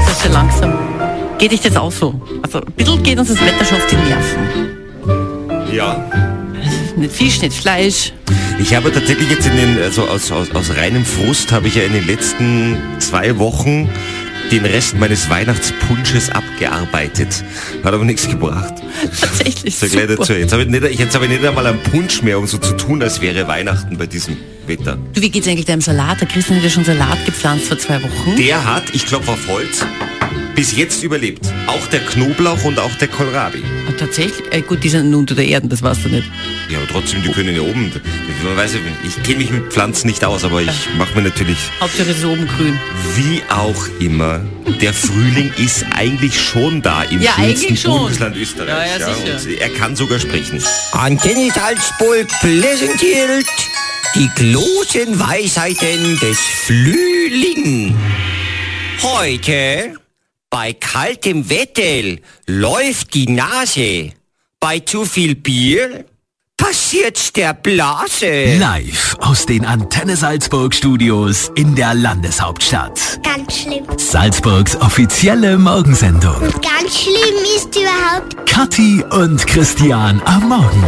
so langsam. Geht dich das auch so? Also ein bisschen geht uns das Wetter schon auf die Nerven. Ja. Nicht Fisch, nicht Fleisch. Ich habe tatsächlich jetzt in den, also aus, aus, aus reinem Frust habe ich ja in den letzten zwei Wochen den Rest meines Weihnachtspunsches abgearbeitet. Hat aber nichts gebracht. Tatsächlich. So gleich super. dazu. Jetzt habe ich, nicht- ich- jetzt habe ich nicht einmal einen Punsch mehr, um so zu tun, als wäre Weihnachten bei diesem Wetter. Du, wie geht's eigentlich deinem Salat? Der Christian hat ja schon Salat gepflanzt vor zwei Wochen. Der hat, ich klopfe auf Holz, bis jetzt überlebt. Auch der Knoblauch und auch der Kohlrabi. Ah, Tatsächlich? Äh, gut, die sind nun unter der Erden, das weißt du nicht. Ja, aber trotzdem, die können ja oben. Man weiß, ja, ich kenne mich mit Pflanzen nicht aus, aber ich mache mir natürlich Hauptsache es ist oben grün. Wie auch immer, der Frühling ist eigentlich schon da im Ja, schönsten eigentlich schon. Bundesland Österreich. Ja, ja, sicher. und er kann sogar sprechen. Antenne Salzburg präsentiert die großen Weisheiten des Flühling. Heute bei kaltem Wetter läuft die Nase. Bei zu viel Bier passiert's der Blase. Live aus den Antenne Salzburg Studios in der Landeshauptstadt. Ganz schlimm. Salzburgs offizielle Morgensendung. Ganz schlimm ist überhaupt Kathi und Christian am Morgen.